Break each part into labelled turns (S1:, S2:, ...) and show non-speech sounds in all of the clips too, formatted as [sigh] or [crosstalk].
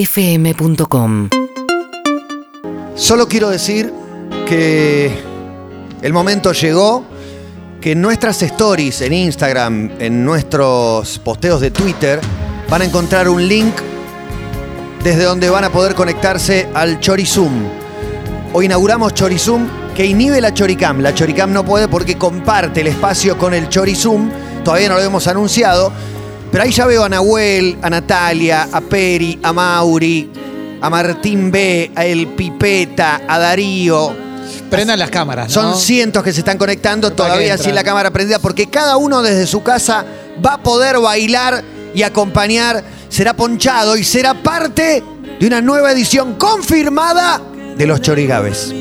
S1: UrbanaPlayFM.com
S2: Solo quiero decir que el momento llegó, que en nuestras stories en Instagram, en nuestros posteos de Twitter, van a encontrar un link desde donde van a poder conectarse al Chorizum. Hoy inauguramos Chorizum que inhibe la Choricam. La Choricam no puede porque comparte el espacio con el Chorizum. Todavía no lo hemos anunciado. Pero ahí ya veo a Nahuel, a Natalia, a Peri, a Mauri, a Martín B, a El Pipeta, a Darío,
S3: Prendan las cámaras.
S2: son
S3: ¿no?
S2: cientos que se están conectando
S3: Para que
S2: todavía
S3: entran.
S2: sin la cámara prendida porque cada uno desde su casa va a poder bailar y acompañar, será ponchado y será parte de una nueva edición confirmada de los Chorigaves.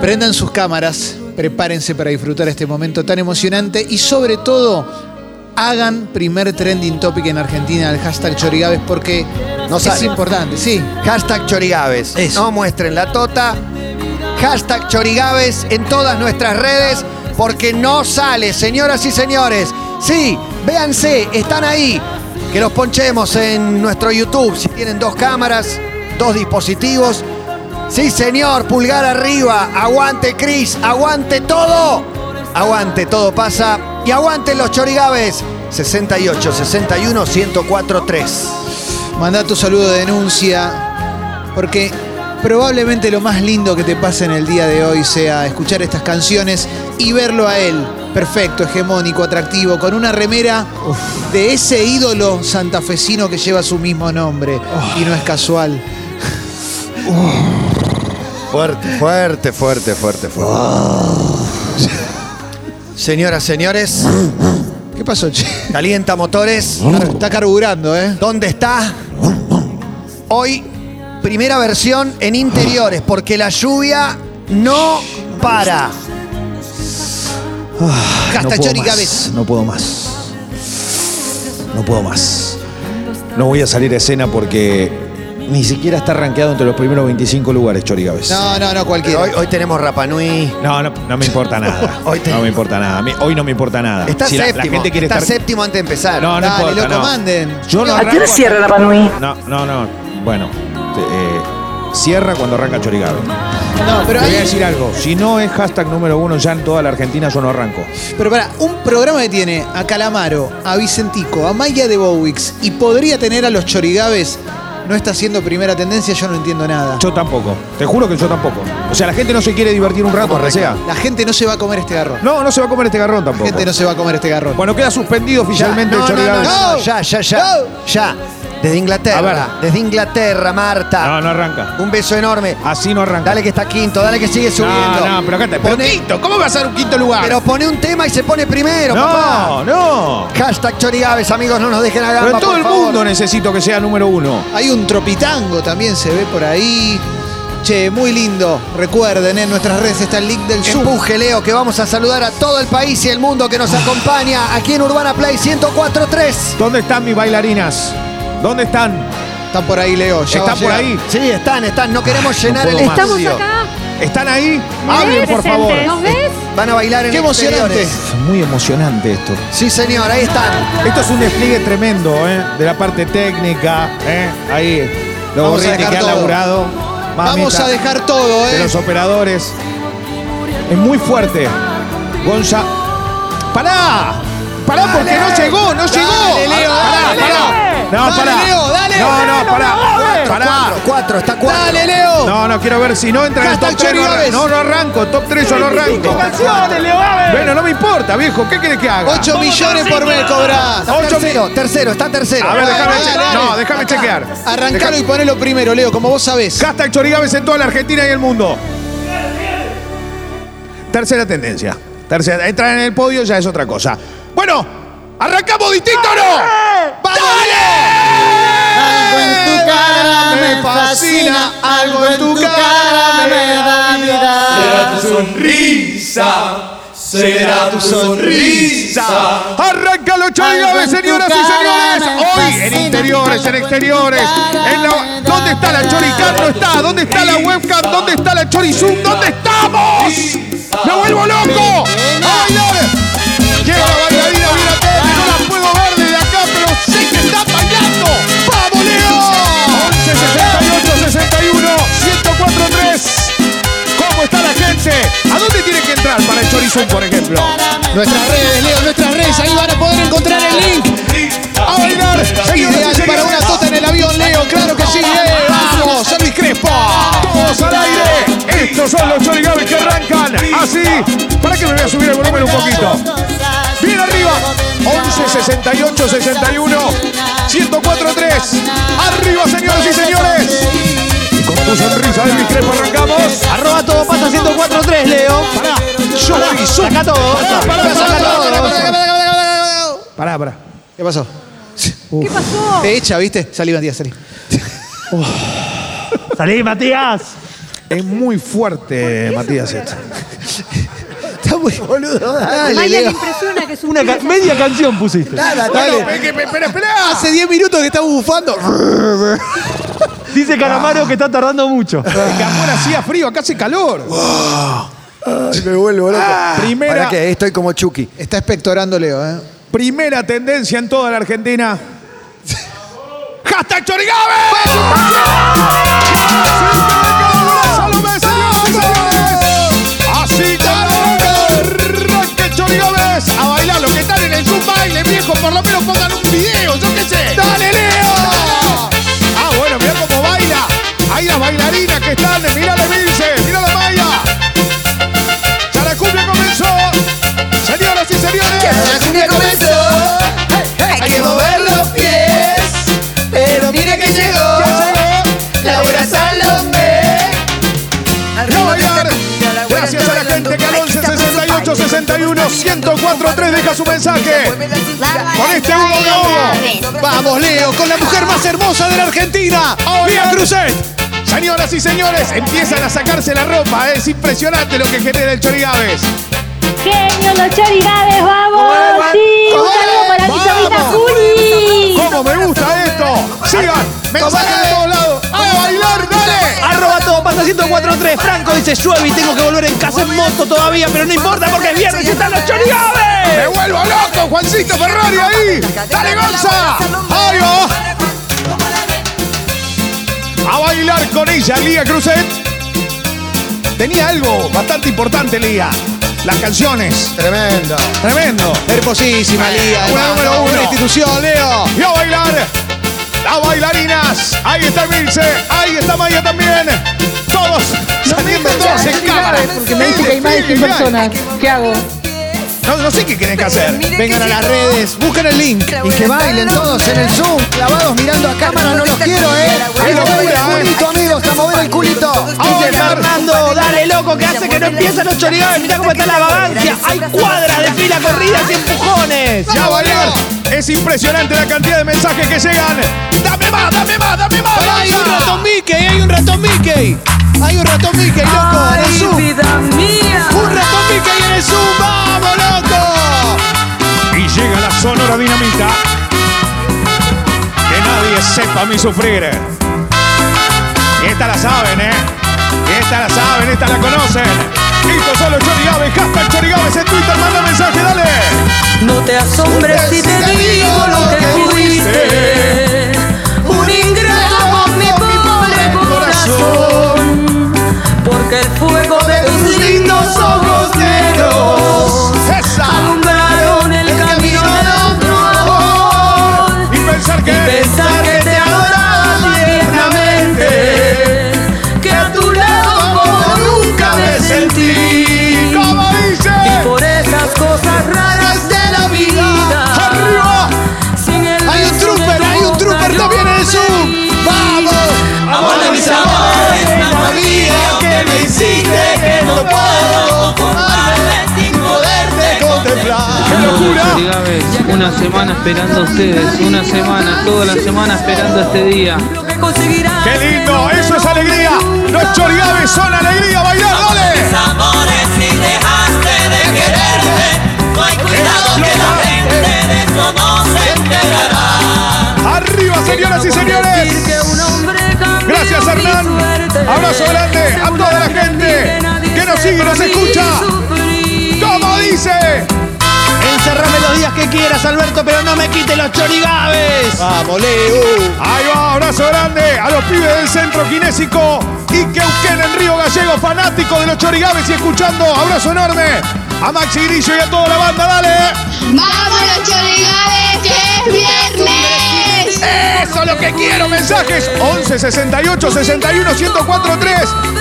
S3: Prendan sus cámaras, prepárense para disfrutar este momento tan emocionante y sobre todo hagan primer trending topic en Argentina el hashtag Chorigaves porque
S2: No
S3: es
S2: sale.
S3: importante, sí.
S2: Hashtag Chorigaves.
S3: Eso.
S2: No muestren la tota. Hashtag Chorigaves en todas nuestras redes porque no sale, señoras y señores. Sí, véanse, están ahí. Que los ponchemos en nuestro YouTube. Si tienen dos cámaras, dos dispositivos. Sí, señor, pulgar arriba. Aguante, Cris. Aguante todo. Aguante, todo pasa. Y aguanten los Chorigaves. 68, 61, 104, 3.
S3: Mandá tu saludo de denuncia porque probablemente lo más lindo que te pase en el día de hoy sea escuchar estas canciones y verlo a él, perfecto, hegemónico, atractivo, con una remera de ese ídolo santafesino que lleva su mismo nombre y no es casual.
S2: Fuerte, fuerte, fuerte, fuerte, fuerte. Señoras, señores,
S3: ¿Qué pasó, che?
S2: calienta motores.
S3: Está carburando, ¿eh?
S2: ¿Dónde está? Hoy, primera versión en interiores, porque la lluvia no para. Ah,
S3: Hasta
S4: puedo
S3: Chori
S4: más,
S3: Gávez.
S4: No puedo más. No puedo más. No voy a salir a escena porque ni siquiera está rankeado entre los primeros 25 lugares Chori Gávez.
S3: No, no, no,
S2: Pero Hoy,
S3: cualquiera.
S2: hoy tenemos Rapanui.
S4: No, no, no me importa nada.
S2: [laughs] Hoy te-
S4: No me importa nada. A mí- Hoy no me importa nada.
S2: Está
S4: Si la, la
S2: séptimo.
S4: gente quiere
S2: está
S4: estar...
S2: séptimo antes de empezar.
S4: No, no
S3: Dale,
S4: importa,
S3: loco,
S4: no.
S3: manden.
S4: Yo no
S5: ¿A qué hora
S4: arranco
S5: cierra la Panui?
S4: hasta- No, no, no. Bueno, te- eh, cierra cuando arranca Chori Gávez.
S3: No, pero
S4: Te voy a
S3: hay.
S4: decir algo. Si no es hashtag número uno ya en toda la Argentina, yo no arranco.
S3: Pero pará, un programa que tiene a Calamaro, a Vicentico, a Maya de Bowix y podría tener a los Chorigaves, no está siendo primera tendencia, yo no entiendo nada.
S4: Yo tampoco. Te juro que yo tampoco. O sea, la gente no se quiere divertir un rato, aunque sea.
S3: La gente no se va a comer este garrón.
S4: No, no se va a comer este garrón
S3: La
S4: tampoco.
S3: gente no se va a comer este garrón.
S4: Bueno, queda suspendido oficialmente
S2: no,
S4: el Chori
S2: no, no,
S4: Gávez.
S2: no, ya, ya, ya.
S3: No.
S2: Ya. Desde Inglaterra.
S4: A
S2: Desde Inglaterra, Marta.
S4: No, no arranca.
S2: Un beso enorme.
S4: Así no arranca.
S2: Dale que está quinto, dale que sigue subiendo.
S4: No, no, pero acá está. Pero
S2: Poné-
S4: quinto, ¿cómo va a ser un quinto lugar?
S2: Pero pone un tema y se pone primero, papá.
S4: no, no.
S2: Hashtag Chorigaves, amigos, no nos dejen a gamba,
S4: Pero en todo
S2: por
S4: el
S2: favor.
S4: mundo necesito que sea número uno.
S3: Hay un tropitango también, se ve por ahí. Che, muy lindo. Recuerden, en nuestras redes está el link del Zoom.
S2: Empuje, Leo, que vamos a saludar a todo el país y el mundo que nos acompaña aquí en Urbana Play 104.3.
S4: ¿Dónde están mis bailarinas? ¿Dónde están?
S3: Están por ahí, Leo. ya va a
S4: ¿Están
S3: llegar.
S4: por ahí?
S2: Sí, están, están. No queremos llenar
S4: puedo
S2: el
S4: más.
S2: espacio.
S6: Estamos acá.
S4: ¿Están ahí?
S6: ¿Nos
S4: Hablen,
S6: ves?
S4: por favor.
S6: ¿Nos ves?
S2: Van a bailar en
S3: Qué emocionante.
S2: exteriores.
S4: Es muy emocionante esto.
S2: Sí, señor, ahí están.
S4: Esto es un despliegue tremendo, ¿eh? De la parte técnica, ¿eh? Ahí, los
S3: Vamos a
S4: gorrines
S3: dejar
S4: que han
S3: todo.
S4: laburado.
S3: Vamos
S4: mamita.
S3: a dejar todo,
S4: de
S3: ¿eh?
S4: los operadores. Es muy fuerte. Gonza. ¡Pará! ¡Pará porque no llegó! ¡No llegó!
S3: Leo,
S4: ¡Pará,
S3: dale,
S4: pará!
S3: Leo.
S4: No,
S3: Dale,
S4: pará.
S3: Leo, dale.
S4: No, no, pará. Pará.
S2: Cuatro, cuatro, está cuatro.
S3: ¡Dale, Leo!
S4: No, no, quiero ver si no entra en el
S3: Hashtag
S4: top 3.
S3: Chori Gávez.
S4: No, no arranco. Top 3 yo no arranco. Bueno, no me importa, viejo. ¿Qué querés que haga?
S3: 8 millones por mes cobrás.
S2: Está
S4: Ocho
S2: tercero, tercero, está tercero.
S4: A ver, déjame
S3: dale,
S4: chequear.
S3: dale.
S4: No, déjame chequear.
S3: Arrancalo y ponelo primero, Leo, como vos sabés.
S4: Hashtag Chorigaves en toda la Argentina y el mundo. Tercera tendencia. Tercera. Entrar en el podio ya es otra cosa. Bueno, arrancamos distinto, o ¿no?
S3: ¡Vamos,
S4: ¡Dale!
S3: Algo en tu cara me fascina, algo en tu cara me da vida.
S7: sonrisa, será tu sonrisa.
S4: Arráncalo, Chorigaves,
S8: Algo en tu
S4: señoras y
S8: cara
S4: señores.
S8: me
S4: Hoy en
S8: fascina,
S4: interiores,
S8: algo
S4: en
S8: en tu
S4: exteriores.
S8: cara
S4: en la-
S8: me da
S4: ¿Dónde está la
S8: vida.
S4: Choricam? No está. ¿Dónde está la webcam? ¿Dónde está la Chorizum? ¿Dónde estamos? ¡Me vuelvo loco! ¡Ay, dale! Llega la bailarina, mira, no la puedo ver desde acá, pero sé que está bailando. ¡Vamos, Leo! Morrison, por ejemplo.
S3: Nuestras redes, Leo, nuestras redes, ahí van a poder encontrar el link. A bailar, ideal para una tota en el avión, Leo, claro que sí, Leo. Vamos, San Luis Crespo.
S4: Todos al aire. Estos son los chorigaves que arrancan así. Para que me voy a subir el volumen un poquito. Bien arriba. 11 68 61 104 3. Arriba, señoras y señores. Y Con tu sonrisa de discrepo arrancamos.
S9: Arroba todo pasa 1043, Leo. Pará,
S4: Yo voy, so-
S9: saca todo.
S4: pará,
S9: saca
S4: pará,
S9: todo.
S4: pará, pará, Pará, pará.
S3: ¿Qué pasó?
S10: ¿Qué pasó?
S3: Te echa, ¿viste? Salí, Matías, salí.
S2: Salí, Matías.
S4: Es muy fuerte, Matías. esto.
S3: Está muy boludo. Dale,
S10: Maya le
S3: Leo.
S10: impresiona que es
S2: Una
S10: una
S2: ca- media canción pusiste.
S3: Nada, dale.
S4: Espera, espera.
S3: Hace 10 minutos que estaba bufando.
S2: Dice Calamaro que está tardando mucho.
S4: Ah. Que afuera hacía frío, acá hace calor. Ah.
S9: Me vuelvo loco.
S4: Primera-
S9: Para
S2: Eh,
S9: que estoy como Chucky.
S3: Está espectorando Leo, ¿eh?
S4: Primera tendencia en toda la Argentina. ¡Hashtag Chorigabe! Así que arranca el Chorigaves. A bailar los que están en el Zoom baile, viejo. Por lo menos pongan un video, yo qué sé. ¡Dale, Leo! Ah, bueno, mirá cómo baila. Hay las bailarinas que están. Mirá la Vince, mirá la Maya. Ya la cumbia comenzó. Señoras y señores.
S11: Hay que mover los pies, pero mira que llegó Laura Salomé.
S4: No bailar. Gracias a la gente que al 11 68 61 104 3 deja su mensaje. Con este uno de uno.
S3: Vamos, Leo, con la mujer más hermosa de la Argentina.
S4: Vía Cruzet. Señoras y señores, empiezan a sacarse la ropa. Es impresionante lo que genera el Chorigaves.
S12: Genio, los chorigades, vamos. Sí, un saludo para mi sobrina
S4: ¡Vamos!
S12: Juli.
S4: ¿Cómo me gusta esto? Sigan. Mensajes de todos lados. ¡A bailar, dale!
S2: Arroba todo, pasa 1043. Franco dice llueve y tengo que volver en casa en moto todavía, pero no importa porque es viernes y están los chorigaves.
S4: ¡Me vuelvo loco, Juancito Ferrari ahí! ¡Dale, Gonza! ¡Ahí va! a bailar con ella, Lía Cruzet. Tenía algo bastante importante, Lía. Las canciones.
S3: Tremendo.
S4: Tremendo.
S3: Hermosísima, Lía.
S4: Una
S3: hermano.
S4: número uno.
S3: Una institución, Leo.
S4: Y a bailar. Las bailarinas. Ahí está Milce. Ahí está Maya también. Todos saliendo todos en cámara.
S11: porque
S4: me dice que hay más de 100 personas.
S10: ¿Qué hago?
S4: No, no sé qué quieren que hacer.
S3: Vengan a las redes, busquen el link.
S11: Y que bailen todos en el Zoom, clavados mirando a cámara, no los quiero, ¿eh?
S4: Qué
S11: A mover
S4: locura,
S11: el culito, amigos, a mover el culito.
S2: Dice Fernando, dale loco, que hace que no empiezan los chorigaves. Mirá cómo está la vagancia. Hay cuadras de fila corridas y empujones.
S4: Ya bailar. Es impresionante la cantidad de mensajes que llegan. ¡Dame más, dame más, dame más!
S3: Hay un
S4: Gonza!
S3: ratón Mickey, hay un ratón Mickey. Hay un ratón Mickey, loco, en el Zoom.
S11: vida mía.
S3: Un ratón Mickey en el Zoom, vamos, loco.
S4: Y llega la sonora dinamita. Que nadie sepa mi sufrir. Y esta la saben, ¿eh? Y esta la saben, esta la conocen. Estos son los Chorigaves, hashtag Chorigaves en Twitter, manda mensaje, dale.
S11: No te asombres si te digo lo que fuiste. Un ingrato con mi pobre corazón. Porque el fuego de tus lindos ojos negros
S4: ¡Esa!
S11: alumbraron el camino de otro amor.
S4: Y pensar que...
S11: Pensar que te adoraba tiernamente. Que a tu lado como nunca me sentí.
S4: ¡Como dice!
S11: Por esas cosas raras de la vida.
S4: ¡Arriba!
S11: Sin el
S3: Hay un trooper, hay un trooper también en el Zoom. Vamos.
S11: Amor de mis amores, mamá mía, que me hiciste que no puedo conformarme sin poderte
S4: ¡Qué locura!
S13: Una semana esperando a ustedes, una semana, toda la semana esperando este día.
S11: Lo que conseguirás.
S4: ¡Qué lindo! ¡Eso es alegría! ¡Los Chorigaves son alegría! ¡Bailar, dale!
S7: amores si dejaste de quererme. No hay cuidado que la gente de eso no se enterará.
S4: ¡Arriba, señoras y señores! Gracias, Hernán. Abrazo grande a toda la gente que nos sigue, nos escucha. ¡Como dice!
S2: Encerrame los días que quieras, Alberto, pero no me quites los chorigaves.
S3: Vamos, Leo.
S4: Ahí va, abrazo grande a los pibes del Centro Kinésico y Queuquén en Río Gallego, fanático de los chorigaves y escuchando, abrazo enorme a Maxi Grillo y a toda la banda, dale.
S14: ¡Vamos los chorigaves que es viernes!
S4: Eso lo que quiero, mensajes 11 68 61 104 3.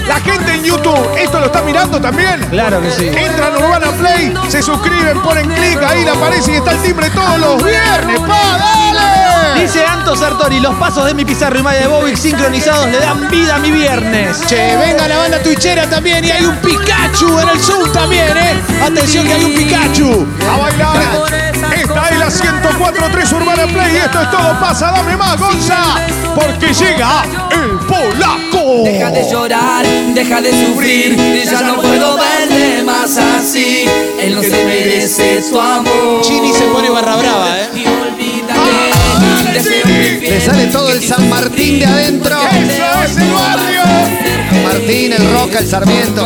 S4: La gente en YouTube, ¿esto lo está mirando también?
S5: Claro que sí.
S4: Entran a Urbana Play, se suscriben, ponen clic, ahí le aparece y está el timbre todos los viernes, pa, dale.
S5: Dice Anto Sartori, los pasos de mi pizarro y Maya de Bobic sincronizados le dan vida a mi viernes.
S3: Che, venga la banda tuichera también y hay un Pikachu en el Zoom también, ¿eh? Atención que hay un Pikachu.
S4: A bailar. Esta es la 1043 Urbana Play. Esto es todo. Pasa, dame más, Gonza. Porque llega el polaco.
S11: Deja de llorar, deja de sufrir, y ya no puedo verle más así. Él no se merece tu amor.
S3: Chini se pone barra brava, ¿eh?
S11: Y
S4: Ah,
S11: olvídate de ese hombre
S2: Le sale todo el San Martín de adentro.
S4: Eso es el barrio.
S2: San Martín, el Roca, el Sarmiento.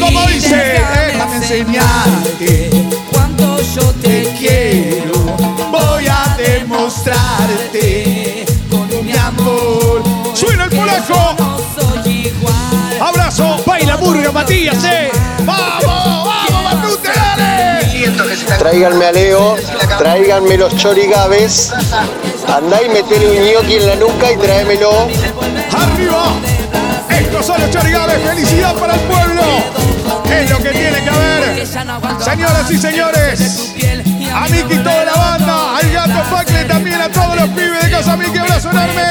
S4: Como dice. eh,
S11: Déjame enseñarte cuánto yo te quiero. Voy a demostrarte con mi amor.
S4: Suena el polaco.
S11: No soy igual.
S4: Abrazo. Baila burro, Matías, eh. Vamos, vamos, Matute, dale.
S15: Tráiganme a Leo, tráiganme los chorigaves, andá y metele un ñoqui en la nuca y tráemelo.
S4: Arriba. Estos son los chorigaves. Felicidad para el pueblo. Es lo que tiene que haber. Señoras y señores. A Miki y toda la banda. Al gato Pacle también. A todos los pibes de casa Miki. Abrazo enorme.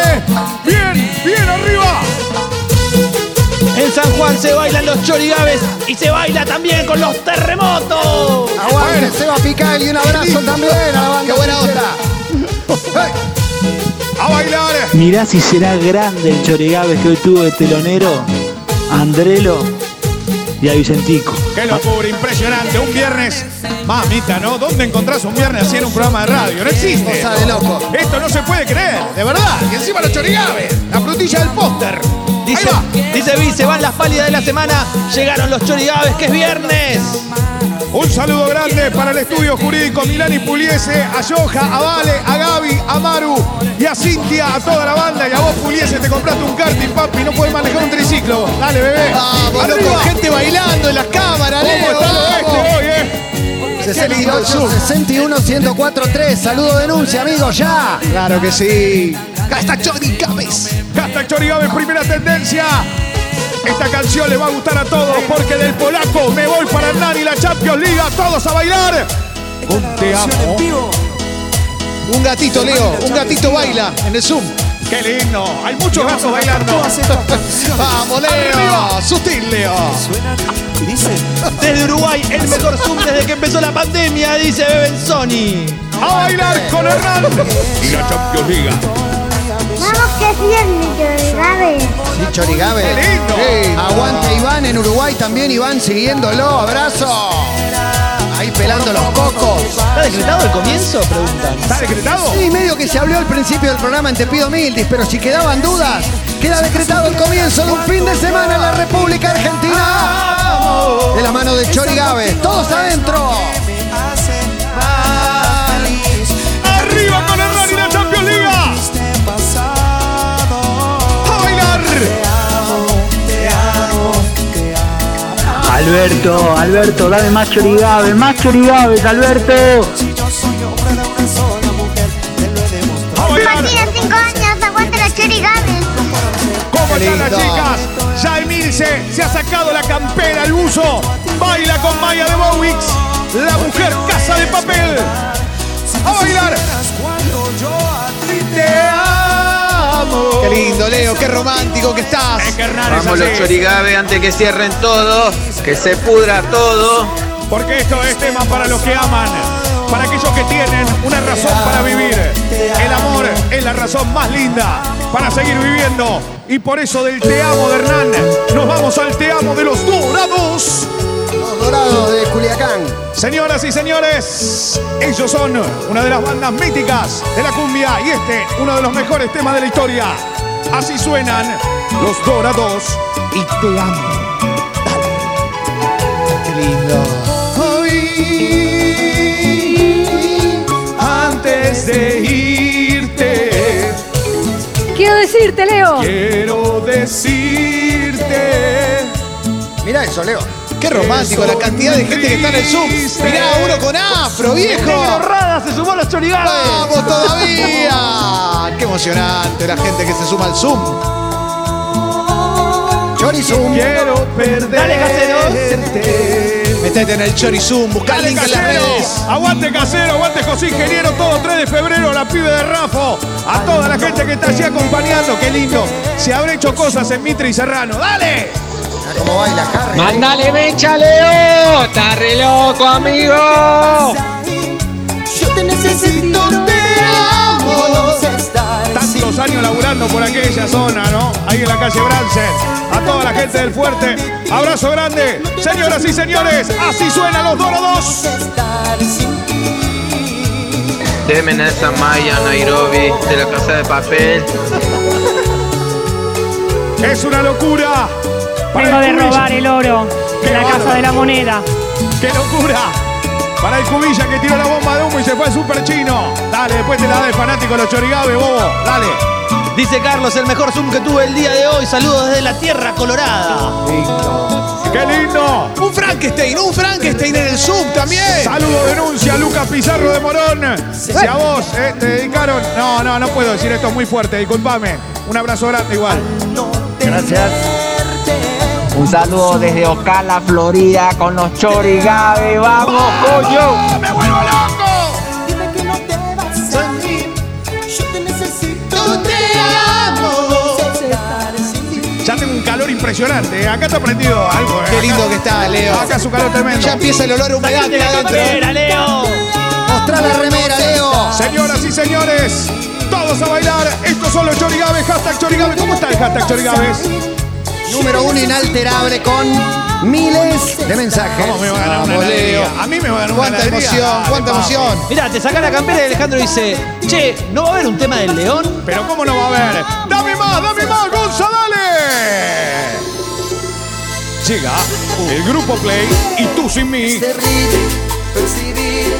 S4: Bien, bien arriba.
S5: En San Juan se bailan los chorigaves y se baila también con los terremotos.
S2: Aguante, Seba Pical y un abrazo también a la banda.
S3: Qué buena onda.
S4: A bailar.
S16: Mirá si será grande el Chorigaves que hoy tuvo de telonero a Andrelo y a Vicentico.
S4: Qué locura, impresionante. Un viernes, mamita, ¿no? ¿Dónde encontrás un viernes así en un programa de radio? No existe.
S2: Cosa de loco.
S4: Esto no se puede creer, de verdad. Y encima los chorigaves, la frutilla del póster. Ahí
S5: Dice,
S4: va.
S5: dice Vi, se van las pálidas de la semana. Llegaron los chorigaves, que es viernes.
S4: Un saludo grande para el estudio jurídico Milani Puliese, a Yoja, a Vale, a Gaby, a Maru y a Cintia, a toda la banda. Y a vos, Puliese, te compraste un karting, papi, no podés manejar un triciclo. vos. Dale, bebé.
S3: Vamos,
S4: Arriba.
S3: loco, gente bailando en las cámaras,
S4: ¿Cómo
S3: Leo.
S4: está lo
S3: vamos.
S4: este hoy, eh?
S2: 68, 61, 104, 3. Saludo, denuncia, amigos, ya.
S3: Claro que sí. Hasta chorigaves.
S4: Hashtag Chorigabe, primera tendencia. Esta canción les va a gustar a todos porque del polaco me voy para Hernán y la Champions League. A todos a bailar. Un te amo.
S3: Un gatito, Leo. Un gatito baila en el Zoom.
S4: Qué lindo. Hay muchos gatos bailando.
S3: Vamos, Leo. Sutil, Leo.
S5: Desde Uruguay, el mejor Zoom desde que empezó la pandemia, dice Bebenzoni.
S4: A bailar con [laughs] Hernán y la Champions League.
S14: Vamos que es viernes, chorigaves.
S2: Sí, Chorigabe.
S4: Qué lindo.
S2: Aguante Iván en Uruguay también, Iván siguiéndolo. Abrazo. Ahí pelando los cocos.
S5: ¿Está decretado el comienzo? Preguntan.
S4: ¿Está decretado?
S2: Sí, medio que se habló al principio del programa en Te Pido Mildis, pero si quedaban dudas, queda decretado el comienzo de un fin de semana en la República Argentina. De la mano de Chori Gávez. Todos adentro.
S4: Arriba con Hernán y la Champions League. A bailar.
S16: Alberto, Alberto, dame más Chorigaves, más Chorigaves, Alberto.
S4: A bailar.
S14: Matías, 5 años, aguante los chorigaves.
S4: ¿Cómo están las
S3: Lindo.
S4: chicas? Ya Emilce se ha sacado la campera, el buzo. Baila con Maya de Bowix. La mujer casa de papel. A bailar. Te amo.
S3: Qué lindo, Leo. Qué romántico que estás.
S4: Es que Hernán es
S16: Vamos los
S4: así.
S16: Chorigaves antes que cierren todo, que se pudra todo.
S4: Porque esto es tema para los que aman, para aquellos que tienen una razón para vivir. El amor es la razón más linda para seguir viviendo. Y por eso del te amo de Hernán, nos vamos al te amo de los dorados.
S2: Los dorados de Culiacán.
S4: Señoras y señores, ellos son una de las bandas míticas de la cumbia y este, uno de los mejores temas de la historia. Así suenan los dorados y te amo.
S3: Qué lindo.
S4: Hoy, antes de irte,
S8: Quiero decirte, Leo.
S7: Quiero decirte.
S2: Mirá eso, Leo.
S3: Qué romántico la cantidad de gente que está en el Zoom. Mirá, uno con afro, viejo.
S5: Negro Rada se sumó a los chorigaves.
S3: ¡Vamos todavía! ¡Qué emocionante la gente que se suma al Zoom!
S2: Chori Zoom.
S7: Quiero perder.
S5: Dale, casero.
S3: Metete en el Chori Zoom, buscá el
S4: Dale,
S3: link en las
S4: casero.
S3: redes.
S4: Aguante casero, aguante José Ingeniero, todo 3 de febrero, la pibe de Rafo. A toda la gente que está allí acompañando, qué lindo. Se habrán hecho cosas en Mitre y Serrano. ¡Dale!
S2: ¿Cómo baila Harry?
S17: ¡Mándale mecha, Leo! ¡Está re loco, amigo!
S11: Yo te necesito, te amo.
S4: Tantos años laburando por aquella zona, ¿no? Ahí en la calle Bransen. A toda la gente del fuerte. Abrazo grande. Señoras y señores, así suenan los Dorodos.
S18: Demen esa Maya, Nairobi, de la casa de papel.
S4: Es una locura. Para
S1: Vengo de
S4: el Cubilla.
S1: robar el oro de la Casa de la Moneda.
S4: ¡Qué locura! Para el Cubilla que tiró la bomba de humo y se fue al super chino. Dale, después te la da el fanático los chorigabe, bobo. Dale.
S5: Dice Carlos, el mejor Zoom que tuve el día de hoy. Saludos desde la Tierra Colorada.
S4: ¡Qué lindo!
S3: Un Frankenstein, un Frankenstein en el Zoom también.
S4: Saludo, denuncia, Lucas Pizarro de Morón. Si a vos eh, te dedicaron. No, no, no puedo decir esto es muy fuerte, disculpame. Un abrazo grande igual.
S2: Gracias.
S17: Un saludo desde Ocala, Florida, con los chorigabe. ¡Vamos, coño!
S4: ¡Oh, ¡Me vuelvo loco!
S11: Dime que no te vas a ir. Yo te necesito, te
S4: Ya tengo un calor impresionante. eh. Acá está prendido algo. eh.
S3: Qué
S4: Acá-
S3: lindo que está, Leo.
S4: Acá es un calor tremendo.
S3: Ya empieza el olor a humedad
S5: Sacate
S3: acá
S5: la
S3: adentro.
S5: campera, Leo.
S3: Mostrá la remera, Leo.
S4: Señoras y señores, todos a bailar. Estos son los chorigaves. Hashtag chorigabe. ¿Cómo está el hashtag chorigaves?
S2: Número uno inalterable con miles de mensajes.
S4: ¿Cómo me va a ganar una
S3: Vamos,
S4: alegría?
S3: Leo.
S4: A mí me va a ganar una
S3: Cuánta
S4: alegría.
S3: emoción,
S4: Dale,
S3: cuánta
S4: papi.
S3: emoción.
S5: Mirá, te saca la campera y Alejandro dice, che, ¿no va a haber un tema del león?
S4: Pero cómo no va a haber. Dame más, dame más, Gonza, dale. Llega el grupo Play y tú sin mí.
S11: percibir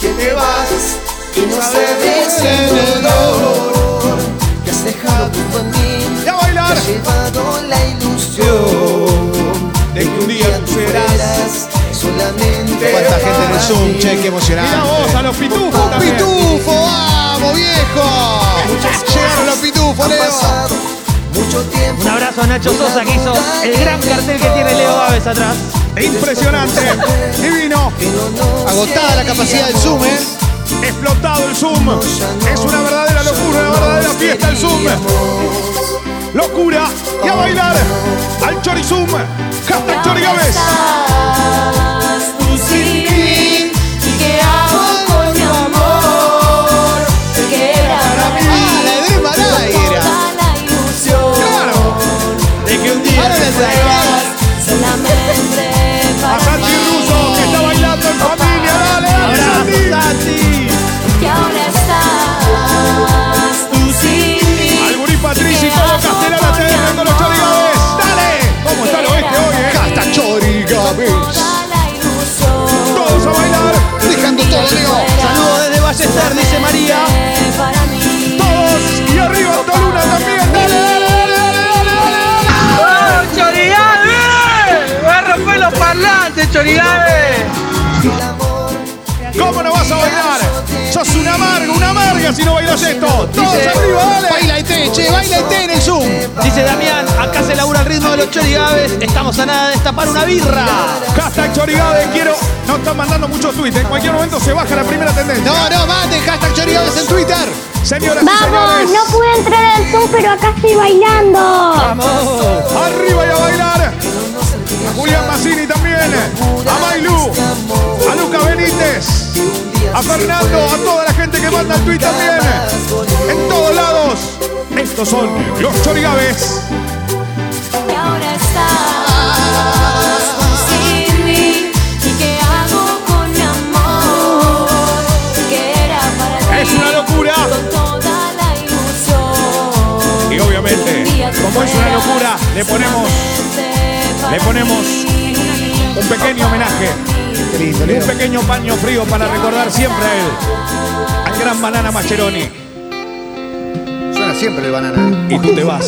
S11: que te vas y no sabes
S4: el
S11: el dolor que has dejado en mí.
S4: Y a bailar.
S11: Te has llevado la ilusión
S4: De que un día tú serás.
S11: Verás solamente
S3: Cuánta gente en el
S11: para
S3: Zoom,
S11: ti.
S3: che, qué emocionante.
S4: Mira vos, a los pitufos también.
S3: ¡Pitufo, vamos, viejo! Llegaron los pitufos,
S11: Ha
S3: Leo.
S11: pasado mucho tiempo.
S5: Un abrazo a Nacho Sosa que hizo el gran cartel que tiene Leo Aves atrás.
S4: Impresionante. Divino.
S3: Agotada la capacidad del Zoom, ¿eh?
S4: Explotado el Zoom. Es una verdadera locura, una verdadera fiesta el Zoom. Locura. Y a bailar. Al Chori Zoom. Hashtag Chori Gávez.
S11: Estás tú sin mí y qué hago con mi amor. Que era para mí.
S3: Ah, la de Maray era.
S11: toda la ilusión.
S4: Claro.
S5: De que un día...
S3: Ahora la traerás.
S11: Solamente
S4: A
S11: para
S4: Santi Russo que está bailando en familia. Dale, dale, Santi.
S5: Abrazo, Santi.
S11: que ahora estás tú sin mí.
S4: Al gurí Patricio y todo Castellana te dejan con los chorigabes. ¡Dale! ¿Cómo está el oeste hoy, eh?
S3: Casta Chori Gávez.
S11: Toda la ilusión.
S4: Todos a bailar.
S3: Dejando todo, Leo.
S5: Saludos desde Ballester, dice María.
S11: Para mí.
S4: Todos. Y arriba Toluna también. Dale, dale, dale, dale, dale, dale.
S18: ¡Vamos, chorigabe! ¡Va a romper los parlantes, chorigabe!
S4: ¿Cómo no vas a bailar? Sos una amarga, una amarga si no bailas esto. Todos arriba, dale.
S3: Baila y té, che, baila y té en el Zoom.
S5: Dice Damián, acá se labura el ritmo de los chorigaves. Estamos a nada de destapar una birra.
S4: Hashtag Chorigabe, quiero. No están mandando muchos tweets. En cualquier momento se baja la primera tendencia.
S3: No, no, mate, hashtag Chori Gávez en Twitter.
S4: Señoras y
S8: Vamos,
S4: señores.
S8: no pude entrar al Zoom, pero acá estoy bailando.
S5: Vamos.
S4: Arriba y a bailar. A Julián Mazzini también. A Mailú. A Luca Benítez. A Fernando. A toda la gente que manda el tweet también. En todos lados. Estos son los Chorigaves.
S11: Que ahora estás sin mí. ¿Y qué hago con mi amor? Que era para
S4: Es una locura.
S11: Con toda la ilusión.
S4: Y obviamente, como es una locura, le ponemos le
S11: Le
S4: ponemos un pequeño homenaje. Un pequeño paño frío para recordar siempre a él. Al gran banana Mascheroni.
S2: Suena así. siempre el banana.
S5: Y tú te vas.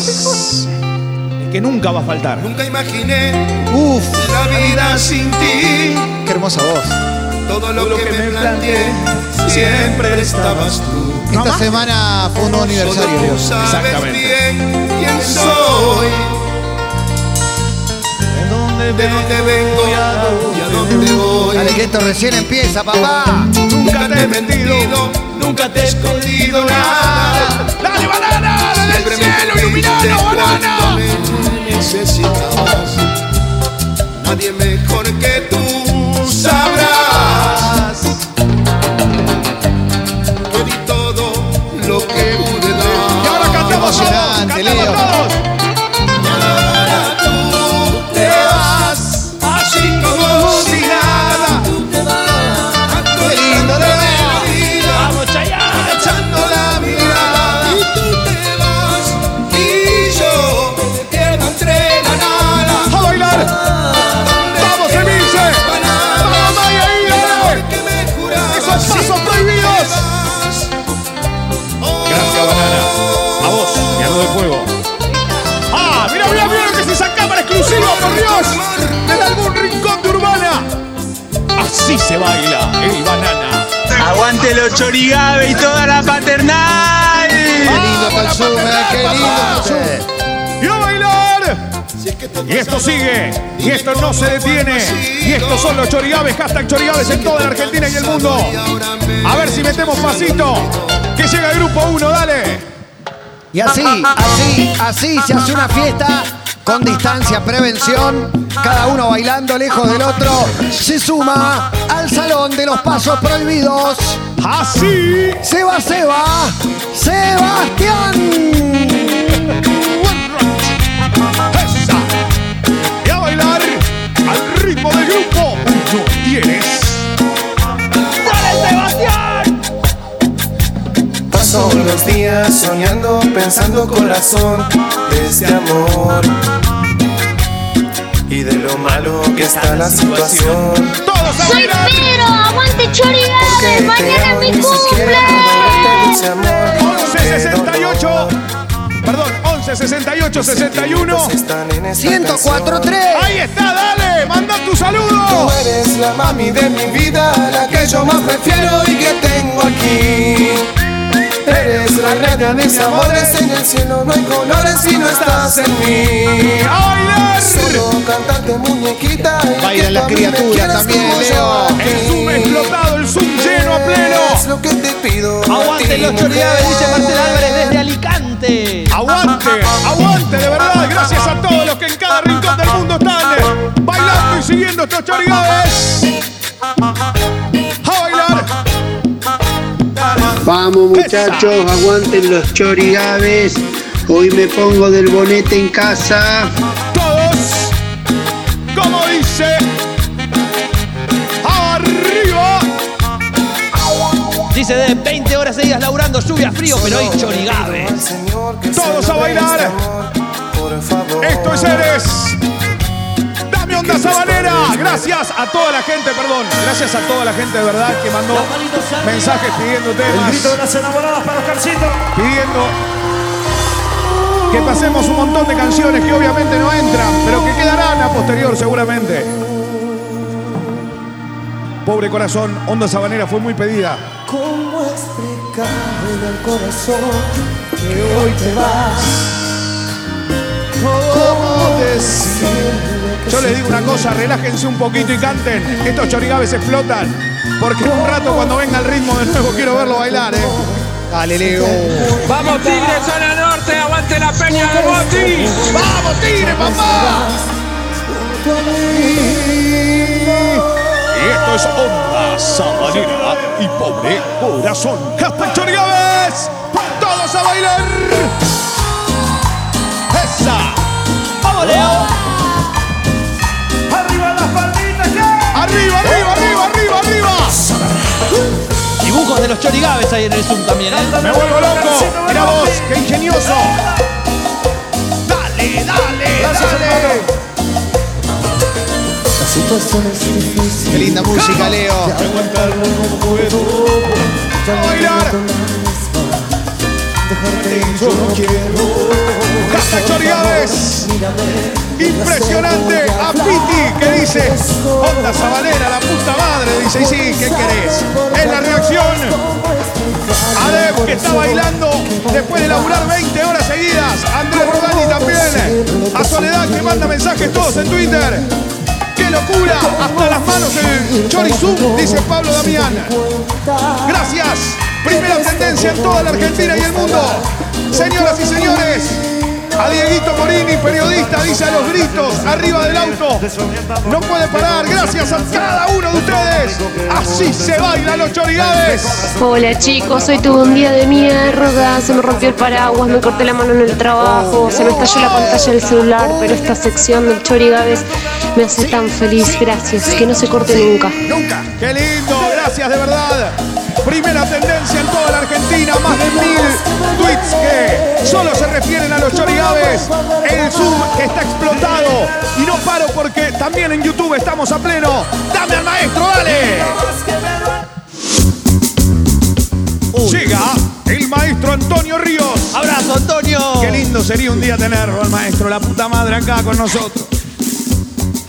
S5: Es que nunca va a faltar.
S7: Nunca imaginé
S3: Uf,
S7: la vida sin ti.
S3: qué hermosa voz.
S7: Todo lo, que, me planteé, siempre estabas tú.
S2: Este
S3: Esta semana fue un nuevo aniversario.
S7: Solo tú sabes
S5: Exactamente.
S7: bien quién soy. ¿De dónde vengo y a dónde- y a dónde voy?
S2: Dale, que esto recién empieza,
S7: Ah,
S2: papá.
S7: Nunca te he mentido, nunca te he escondido nada.
S4: ¡Dale, banana! ¡Dale el
S7: Siempre me
S4: cielo!
S7: creíste
S4: ¡Iluminalo,
S7: cuando
S4: banana!
S7: me necesitabas. Nadie mejor que tú sabrás que di todo lo que pude dar.
S4: Y ahora cantamos todos,
S3: Emocionante,
S4: cantamos
S3: Leo.
S4: todos.
S7: Ahora tú te vas así como si nada. Tanto lindo de la vida, agachando la mirada. Y tú te vas y yo me pierdo entre la nada.
S4: ¡A bailar! ¡Vamos, Emilce! ¡Vamos, Maya, ahí, dale!
S7: Que me jurabas
S4: ¡Esos
S7: si
S4: pasos prohibidos!
S5: Gracias, banana. A vos, mi ardo de fuego.
S4: ¡Ah! ¡Mira, mira, mira lo que es esa cámara exclusiva, por Dios! ¡Desde algún rincón de Urbana!
S5: Así se baila el banana.
S16: Aguante los chorigabe y toda la paternal.
S3: Qué lindo
S4: Ah,
S3: consume, qué lindo consume.
S2: Eh,
S4: ¡Y a bailar! Y esto sigue, y esto no se detiene, y estos son los chorigaves, hashtag chorigaves en toda la Argentina y el mundo. A ver si metemos pasito, que llega el grupo 1, dale.
S2: Y así, así, así se hace una fiesta con distancia, prevención, cada uno bailando lejos del otro, se suma al salón de los pasos prohibidos.
S4: Así.
S2: Se va, se va, Sebastián.
S4: Esa. Y a bailar al ritmo del grupo 1 tienes. ¡Dale, Sebastián!
S7: Paso los días soñando, pensando corazón de este amor y de lo malo que está la situación.
S4: ¡Todos a
S14: Soy
S4: bailar!
S14: Pedro, aguante
S7: Que
S14: Chorigabe,
S7: te
S14: mañana
S7: amo y
S14: mi
S7: ni siquiera
S14: cumple.
S7: bailarte dulce amor.
S4: 1168. Perdón, 1168 61.
S2: 104-3.
S4: Ahí está, dale, manda tu
S7: Tú
S4: saludo.
S7: eres la mami de mi vida, la que yo más prefiero y que tengo aquí. Eres la reina de mis amores, en el cielo no hay colores si no estás en mí.
S4: A bailar.
S7: Solo cantante muñequita y
S3: Bailan
S7: que
S3: las
S7: tú a mí me
S3: criaturas
S7: quieras
S3: también,
S7: como yo
S3: Leo.
S7: a ti.
S4: El Zoom explotado, el Zoom lleno a
S7: Es
S4: pleno.
S7: lo que te pido a
S5: Aguante
S7: ti,
S5: los chorigabe, dice
S7: mujer.
S5: Marcel Álvarez desde Alicante.
S4: Aguante, aguante, de verdad. Gracias a todos los que en cada rincón del mundo están eh, bailando y siguiendo estos chorigabes. A bailar.
S19: Vamos
S4: muchachos,
S19: aguanten los chorigaves. Hoy me pongo del bonete en casa.
S4: todos, como dice, arriba.
S5: Dice de 20 horas seguidas laburando, lluvia, frío, pero hay chorigabe.
S7: Señor, que
S4: Todos
S7: se
S4: a
S7: logre
S4: bailar.
S7: este amor, Por favor.
S4: Esto es Eres. Dame onda sabanera. Gracias a toda la gente, perdón. Gracias a toda la gente de verdad que mandó mensajes pidiendo temas,
S1: las enamoradas para Oscarcito.
S4: pidiendo que pasemos un montón de canciones que obviamente no entran, pero que quedarán a posterior seguramente. Pobre corazón, Onda Sabanera fue muy pedida.
S7: ¿Cómo explicarle al corazón que hoy te vas? ¿Cómo decirle que
S4: Yo les digo una cosa, relájense un poquito y canten. Estos chorigabes explotan. Porque en un rato cuando venga el ritmo de nuevo quiero verlo bailar, ¿eh?
S3: Dale, Leo.
S18: Vamos Tigre, zona norte, aguante la peña de Boti.
S4: ¡Vamos, tigre, papá! Y esto es Onda Sabanera y Pobre Corazón. ¡Hasta chorigabes! ¡Todos a bailar! ¡Esa!
S5: ¡Vamos, Leo!
S4: ¡Arriba, arriba, arriba, arriba, arriba!
S5: Dibujos de los chorigabes ahí en el Zoom también, ¿eh?
S4: ¡Me vuelvo loco! ¡Mira vos! ¡Qué ingenioso! ¡Dale, dale, dale!
S7: La situación es difícil.
S3: Qué linda música, Leo.
S4: ¡A bailar!
S7: Deja amarte yo quiero.
S4: Canta Chorigaves.
S7: Impresionante a Piti que dice Onda Sabanera, la puta madre Dice, y sí, ¿qué querés? Es la reacción
S4: Adem, que está bailando después de laburar 20 horas seguidas. Andrés Rodani también. A Soledad, que manda mensajes todos en Twitter. ¡Qué locura! Hasta las manos el chorizum, dice Pablo Damián. Gracias. Primera tendencia en toda la Argentina y el mundo. Señoras y señores, a Dieguito Morini, periodista, dice a los gritos, arriba del auto. No puede parar. Gracias a cada uno de ustedes. Así se bailan los chorigades.
S12: Hola chicos, hoy tuve un día de mierda, se me rompió el paraguas, me corté la mano en el trabajo, se me estalló la pantalla del celular, pero esta sección del Chori Gávez me hace tan feliz, gracias, que no se corte nunca.
S4: Nunca. Qué lindo, gracias de verdad. Primera tendencia en toda la Argentina, más de mil tweets que solo se refieren a los chorigaves. El Zoom que está explotado. Y no paro porque también en YouTube estamos a pleno. Dame al maestro, dale. Llega el maestro Antonio Ríos. Abrazo, Antonio. Qué lindo sería un día tenerlo al maestro, la puta madre acá con nosotros.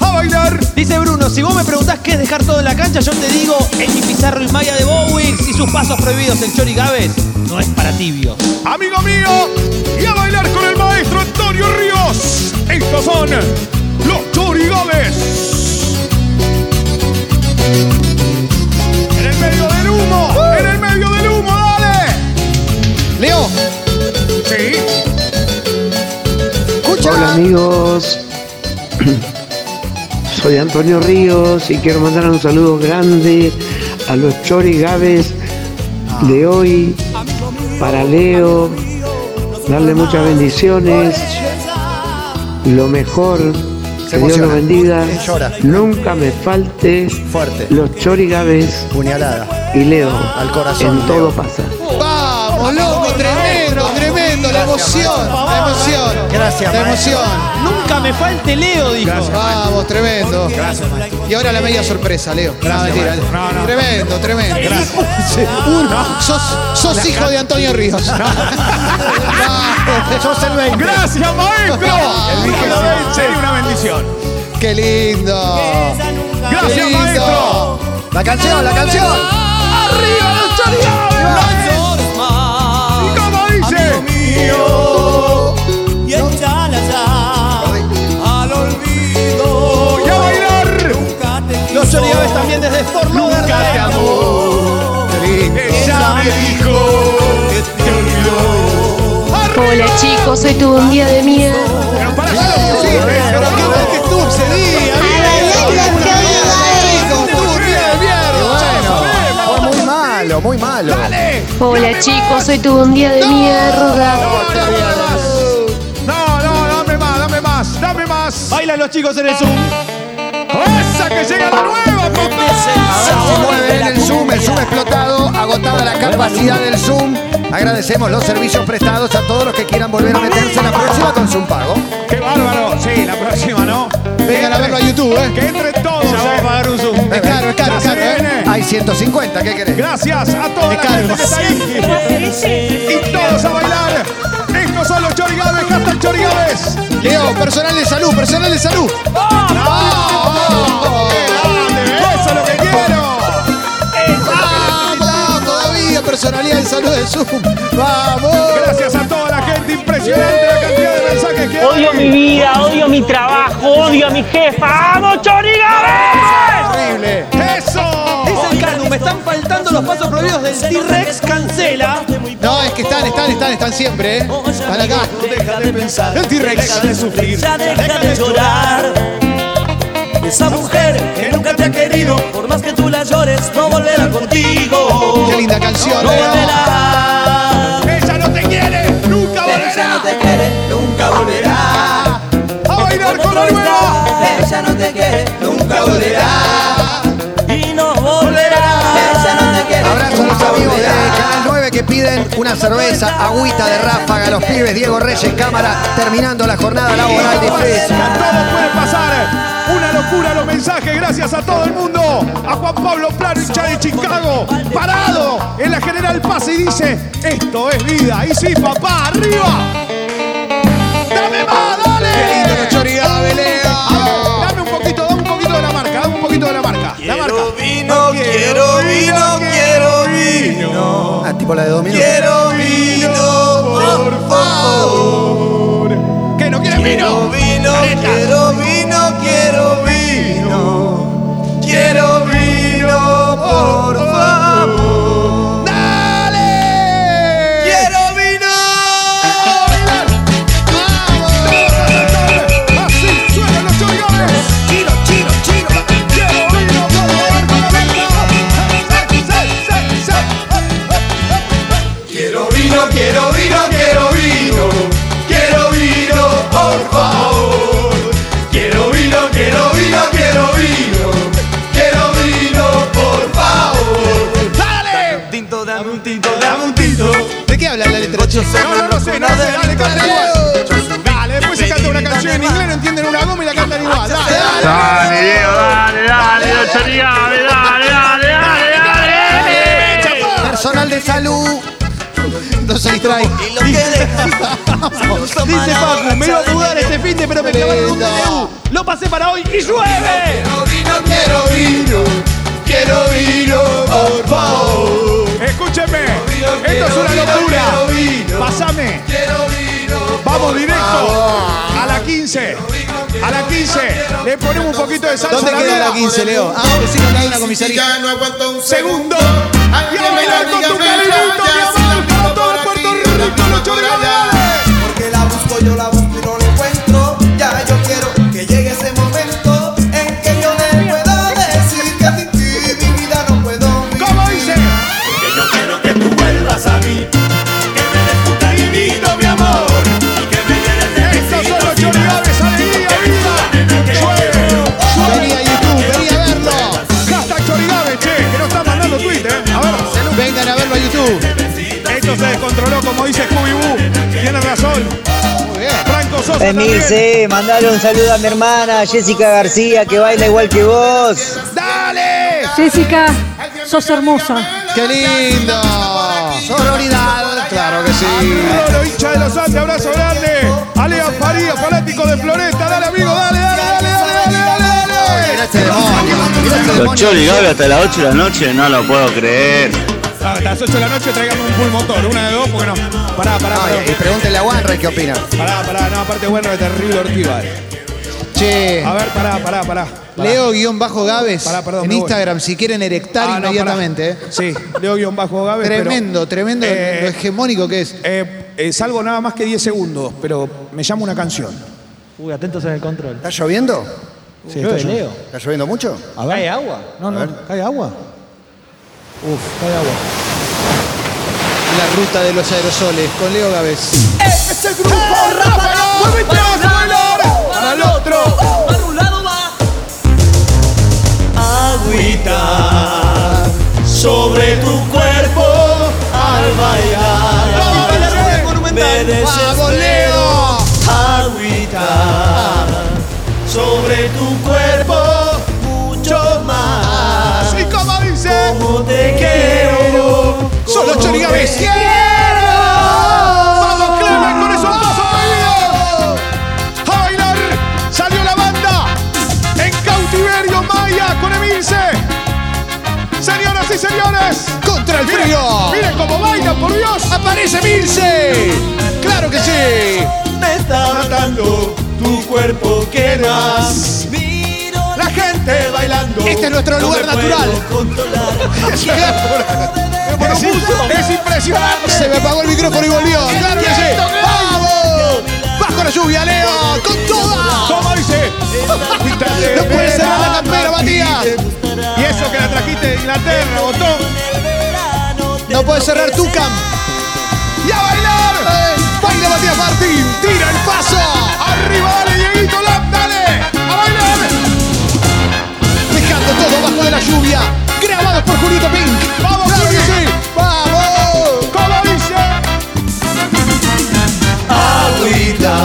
S5: ¡A bailar! Dice Bruno, si vos me preguntás qué es dejar todo en la cancha, yo te digo Amy Pizarro y Maya de Bowie y sus pasos prohibidos. El Chori Gávez no es para tibios.
S4: Amigo mío, y a bailar con el maestro Antonio Ríos. Estos son los chorigaves. En el medio del humo, en el medio del humo, dale. ¡Uh! Leo. Sí.
S19: Hola amigos, [clears throat] soy Antonio Ríos y quiero mandar un saludo grande a los Chori Gaves de hoy para Leo, darle muchas bendiciones, lo mejor, que Dios
S2: emociona,
S19: lo bendiga,
S2: llora.
S19: nunca me falte los Chori Gaves y Leo, al
S2: corazón,
S19: en
S2: Leo.
S19: todo pasa.
S3: Vamos, loco, tremendo, tremendo, la emoción, la emoción.
S2: Gracias,
S3: La
S2: maestro.
S3: emoción.
S5: Nunca me falte Leo, dijo.
S3: Vamos, tremendo. Gracias, Y ahora la media sorpresa, Leo.
S5: Gracias,
S3: no, mentira.
S5: maestro. No, no.
S3: Tremendo, tremendo.
S5: Gracias.
S3: Uno. Sos, sos hijo de Antonio Ríos.
S2: Sos el 20.
S4: Gracias, maestro. [laughs] El número 20 sería una bendición.
S3: Qué lindo.
S4: Gracias,
S3: Lindo.
S4: maestro.
S2: La canción, la canción.
S4: ¡Arriba los chorigaves! ¿Y cómo dice?
S7: Y échala ya al olvido.
S4: ¡Y a bailar!
S5: Los Chori Gávez también desde Fort Lauderdale.
S4: Ella me dijo que te olvidó.
S12: Hola chicos, hoy tuve un día de mierda.
S2: Fue Oh, muy malo, muy malo.
S12: Hola chicos, hoy tuve un día de mierda.
S4: No, no, dame más, dame más, dame más.
S5: Bailan los chicos en el Zoom.
S4: ¡Esa que llega la nueva, papá!
S2: A ver si mueve en el Zoom, el Zoom explotado, agotada la capacidad del Zoom. Agradecemos los servicios prestados a todos los que quieran volver a meterse en la próxima con Zoom Pago.
S4: ¡Qué bárbaro! Sí, la próxima, ¿no?
S3: Vengan a verlo a YouTube, ¿eh?
S4: Que entren todos. Ya vamos a pagar un Zoom.
S2: Es caro, es caro,
S4: Ya
S2: es
S4: se
S2: caro. ¿eh?
S4: viene.
S2: Hay 150, ¿qué querés?
S4: Gracias a toda la gente que está ahí. Y todos a bailar. Estos son los chorigaves, hashtag chorigaves.
S3: Leo, personal de salud, personal de salud.
S4: Ah, ¡Vamos! ¡Qué grande! ¡Eso es lo que quiero!
S3: Vamos, todavía personalidad de salud de Zoom. Vamos.
S4: Gracias a toda la gente, impresionante la cantidad de mensajes que hay.
S1: Odio mi vida, odio mi trabajo, odio a mi jefa. ¡Vamos, Chorigabe!
S4: ¡Horrible! ¡Eso!
S5: Dicen Canu, me están faltando los pasos prohibidos del T-Rex, cancela.
S3: No, es que están, están, están, están siempre, ¿eh? Están acá.
S7: Deja de pensar,
S3: El T-Rex.
S7: deja de sufrir, ya deja de llorar. Esa mujer que nunca te ha querido, por más que tú la llores, no volverá contigo.
S3: Qué linda canción,
S7: No
S3: Leo.
S7: volverá.
S4: ¡Ella no te quiere! ¡Nunca
S7: Ella no
S4: volverá!
S7: te quiere, nunca volverá.
S4: ¡A bailar con la nueva!
S7: Ella no te quiere, nunca volverá. Y no volverá. Ella no te quiere.
S2: Abrazo a los amigos de Canal 9 que piden una cerveza, agüita de ráfaga, los pibes, Diego Reyes, cámara, terminando la jornada laboral de FES.
S4: Todo puede pasar. Una locura los mensajes. Gracias a todo el mundo. Chicago, a Juan Pablo Plano, hincha de Chicago, parado en la General Paz y dice, esto es vida. Y sí, papá, arriba. ¡Dame más, dale! ¡Qué lindo los chorigabes, Leo! Dame un poquito, dame un poquito de la marca, dame un poquito de la marca. la marca.
S7: Vino, quiero vino, quiero vino.
S2: Ah, tipo la de Domino.
S7: Quiero vino, por favor.
S4: ¿Qué no quieres
S7: vino? Vino, quiero vino, quiero vino. Quiero vino, por favor. ¡Dale! Quiero vino.
S4: Así suenan los chorigabes. Chino, chino, chino. Quiero vino, por favor,
S7: Quiero vino, quiero vino, quiero vino. Quiero vino, por favor. Quiero vino, quiero vino, quiero vino. Quiero vino, por favor. Dale. un tinto, dame un tinto, dame un tinto.
S3: ¿De qué habla la letra? che?
S4: No, no, no sé, no sé. Dale, canta igual. Dale, después se canta una canción en inglés, no entienden una goma y la cantan igual. Dale, dale.
S1: Dale, Leo, dale, dale, los chorigaves, dale, dale, dale, dale.
S3: Personal de salud. No se distrae. [laughs]
S5: Dice Facu, me iba a mudar este fin de pero me clavaron un DNU. Lo pasé para hoy y llueve.
S7: Quiero vino, quiero vino. Quiero vino, por favor.
S4: Escúcheme,
S7: Quiero vino,
S4: esto es una
S7: quiero vino,
S4: locura.
S7: quiero vino.
S4: Pásame,
S7: Quiero vino,
S4: vamos
S7: por
S4: directo
S7: favor.
S4: a la 15. A la 15, le ponemos un poquito de salsa.
S3: ¿Dónde
S4: a la
S3: queda la
S4: goma.
S3: 15, Leo? Ah, sí, acá en la comisaría.
S7: Ya no aguanto un
S4: Segundo, y
S7: Aunque
S4: a
S7: me la
S4: bailar con
S7: digan
S4: tu
S7: me
S4: carrito,
S7: falta,
S4: mi
S7: si la
S4: amor, para todo el Puerto Rico, los chorigabes.
S20: Porque la busco, yo la busco y no la encuentro. Ya yo quiero que llegue ese momento en que yo le pueda decir que sin ti mi vida no puedo vivir.
S4: ¿Cómo dice?
S7: Que yo quiero que tú vuelvas a mí. Que me des tu cariñito, mi amor. Y que me llenes de
S4: Estos son
S7: besitos
S4: los
S7: y de
S4: chorigabes, alegría, vida. Llueve,
S3: Vení a YouTube, vení a verlo.
S4: llueve. Hashtag chorigabes, che, que nos están mandando Twitter. A ver.
S3: Vengan a verlo a YouTube.
S4: Esto se descontroló, como dice Scooby-Doo. Tiene razón. Franco Sosa también.
S21: Emilce, mandale un saludo a mi hermana Jessica García que baila igual que vos.
S4: ¡Dale!
S12: Jessica, sos hermosa.
S3: ¡Qué lindo! Sororidad, claro que sí.
S4: Rolo, hincha de los Andes, abrazo grande. Alea Faría, fanático de Floresta. Dale, amigo, dale, dale, dale, dale, dale, dale, dale.
S3: Este demonio.
S2: este
S22: Los chorigabe hasta las 8 de la noche, no lo puedo creer.
S4: Ah, A las 8 de la noche traigamos un full motor, una de dos, porque no. Pará, pará, pará.
S2: Y pregúntele a Wanre qué opina.
S4: Pará, pará, no, aparte bueno este de terrible Ortiva. eh.
S3: Che,
S4: A ver, pará, pará, pará. pará.
S3: Leo-Gaves
S4: Pará, perdón,
S3: en
S4: me voy.
S3: Instagram, si quieren erectar
S4: Ah, no,
S3: inmediatamente. eh.
S4: pará. Sí, Leo guión bajo Gabe.
S3: Tremendo, tremendo
S4: Eh,
S3: lo hegemónico que es.
S4: salvo Eh, nada más que 10 segundos, pero me llama una canción.
S5: Uy, atentos en el control.
S2: ¿Está lloviendo?
S4: Sí,
S5: Llueve,
S4: está
S5: Leo.
S2: ¿Está lloviendo mucho?
S4: A ver.
S5: ¿Hay agua?
S4: No, no, ¿cae agua?
S5: Uf, cae agua.
S3: La ruta de los aerosoles con Leo Gaves.
S7: Ese grupo ráfaga, muévete a bailar para el otro. Para un lado va agüita sobre tu cuerpo al bailar.
S3: ¡Vamos, Leo!
S7: agüita sobre tu cuerpo mucho más.
S4: Así como dice.
S7: Como te quiero.
S4: Solo
S7: como
S4: Chorigaves.
S7: te quiero.
S4: ¡Vamos, Clemen, con esos pasos prohibidos! ¡A bailar! ¡Salió la banda! ¡En cautiverio Maya con Emilce! ¡Señoras y señores!
S3: ¡Contra el
S4: ¡Miren,
S3: frío!
S4: miren cómo baila, por Dios!
S3: ¡Aparece Milce! ¡Claro que sí!
S7: Me está matando tu cuerpo que más. La gente bailando.
S3: Este es nuestro
S7: no
S3: lugar
S7: me puedo
S3: natural.
S7: controlar.
S4: Es, es impresionante!
S3: Se me apagó el micrófono y volvió. ¡Claro que sí! ¡Vamos! ¡Bajo la lluvia, Leo! ¡Con toda!
S4: ¿Cómo dice?
S3: ¡No puede ser la campera, Matías!
S4: Y eso que la trajiste de Inglaterra, botón.
S3: ¡No puede cerrar tu cam!
S4: ¡Y a bailar!
S3: ¡Baila Matías Martín! ¡Tira el paso!
S4: ¡Arriba, dale, Dieguito Lam, dale! ¡A bailar!
S3: Dejando todo bajo de la lluvia. Grabados por Julito Pink.
S4: ¡Vamos,
S3: ¡Claro que
S4: Juli!
S3: sí! ¡Vamos!
S4: ¿Cómo dice?
S7: agüita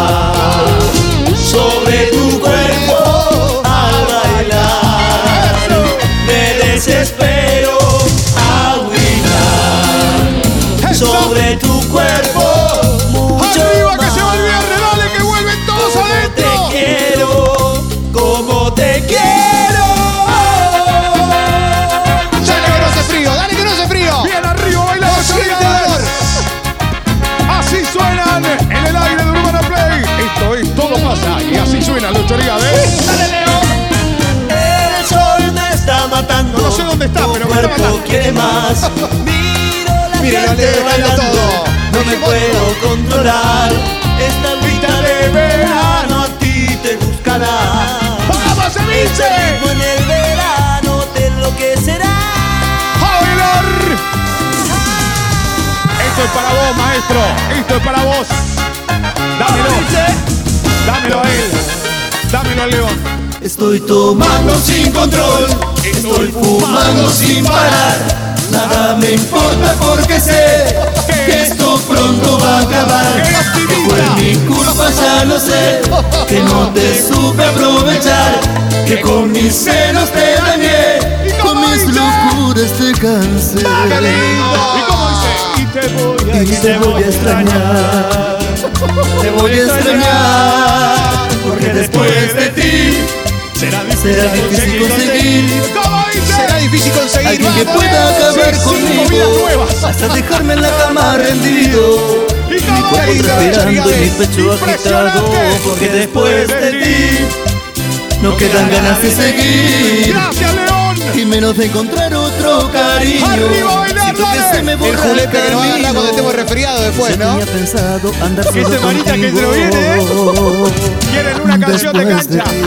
S7: sobre tu cuerpo al bailar. Me más.
S4: [laughs]
S7: Miro la
S4: Miren,
S7: gente
S4: Ale, baila
S7: bailando,
S4: todo.
S7: no me puedo controlar. Esta vida de verano a ti te buscará. ¡Vamos, ceviche! En el verano te enloquecerá.
S4: ¡Joveler! Esto es para vos, maestro. Esto es para vos. Dámelo. Dámelo a él. Dámelo al león.
S7: Estoy tomando sin control, estoy fumando sin parar. Nada me importa porque sé que esto pronto va a acabar. Que Fue mi culpa, ya lo sé, que no te supe aprovechar. Que con mis celos te dañé, con mis locuras te cansé. ¿Y cómo dice? Y te voy a extrañar. Te voy a extrañar, porque después de ti será difícil, conseguir.
S3: Será difícil conseguir.
S7: Alguien que
S3: vamos.
S7: pueda acabar
S3: Sí, sí,
S7: conmigo hasta dejarme en la cama rendido. Mi cuerpo respirando y mi pecho agitado, porque después de ti no quedan ganas de seguir.
S4: Gracias, León.
S7: Y menos de encontrar otro cariño. Siento que se me borra
S3: El julete que nos va a agarrar cuando estemos resfriado después, ¿no?
S7: pensado andar
S3: Ese
S7: solo
S3: manita que se lo
S7: contigo.
S3: viene,
S4: Quieren una canción de
S7: Después
S4: cancha.
S7: ti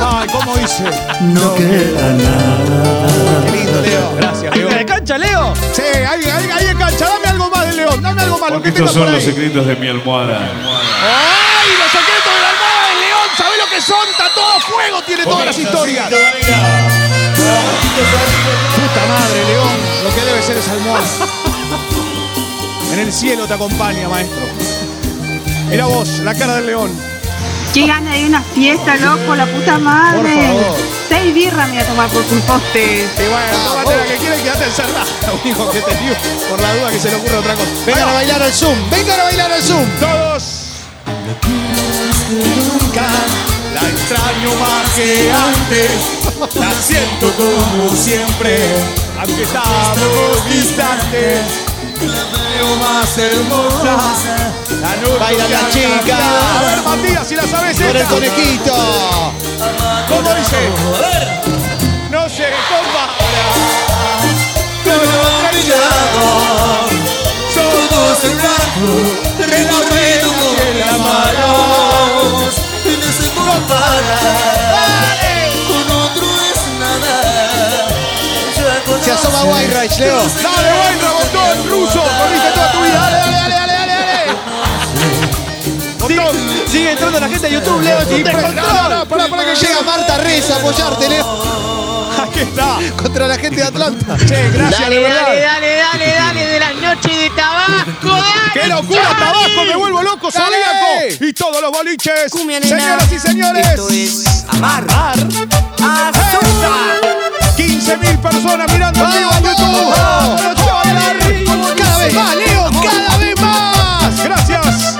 S4: Ay, ¿cómo dice?
S7: No queda nada.
S4: Lindo, Leo. Gracias, Leo.
S5: ¡De cancha, Leo!
S4: Sí, ahí, ahí, ahí en cancha. Dame algo más de León. Dame algo más. Lo que tenga
S23: Estos
S4: por
S23: son
S4: ahí.
S23: los secretos de mi almohada.
S4: ¡Ay, los secretos de la almohada del León! ¿Sabés lo que son? Está todo a fuego. Tiene todas las historias. Puta madre, León. Lo que debe ser es almohada. En el cielo te acompaña, maestro. Mira vos, la cara del León.
S24: Qué gana de una fiesta, loco, la puta madre.
S4: Por favor.
S24: Seis birras me voy a tomar por culpa a usted.
S4: Y bueno, tómate la que quieras y quedate [laughs] encerrada, hijo que te dio, por la duda que se le ocurra otra cosa.
S3: Vengan a bailar al Zoom. Vengan a bailar al Zoom.
S4: Todos.
S7: Nunca la extraño más que antes. La siento como siempre, aunque estamos distantes. La veo más hermosa. La noche
S3: Baila la
S7: que
S3: chica.
S7: acaba.
S4: A ver, Matías, si la sabes
S3: Con el
S4: esta.
S3: conejito.
S4: ¿Cómo dice? No se compara.
S7: Todo brillado, todo en blanco, recorrido con la mano, y no se compara, con otro es nada.
S3: Se asoma Weinreich, Leo.
S4: Dale, buen rabotón, ruso. Corriste toda tu vida. Dale, dale, dale, dale, dale. Botón.
S5: Sigue entrando la gente de YouTube, Leo. Es
S3: Y
S5: un
S3: pre- no, no,
S5: descontrol.
S3: no, pará, pará, que llega Marta Reyes a apoyarte, Leo.
S4: Aquí está.
S3: Contra la gente de Atlanta.
S4: Che, gracias, de verdad.
S25: dale, dale, dale, de las noches de Tabasco, dale.
S4: ¡Qué locura,
S25: Dale.
S4: Tabasco! ¡Me vuelvo loco,
S25: Dale.
S4: zodíaco! ¡Y todos los boliches!
S25: nena.
S4: ¡Señoras y señores!
S25: Esto es amarrar a
S4: ¡Esta! ¡15.000 personas mirando en vivo en YouTube! ¡Cada vez más, Leo! ¡Cada vez más! Gracias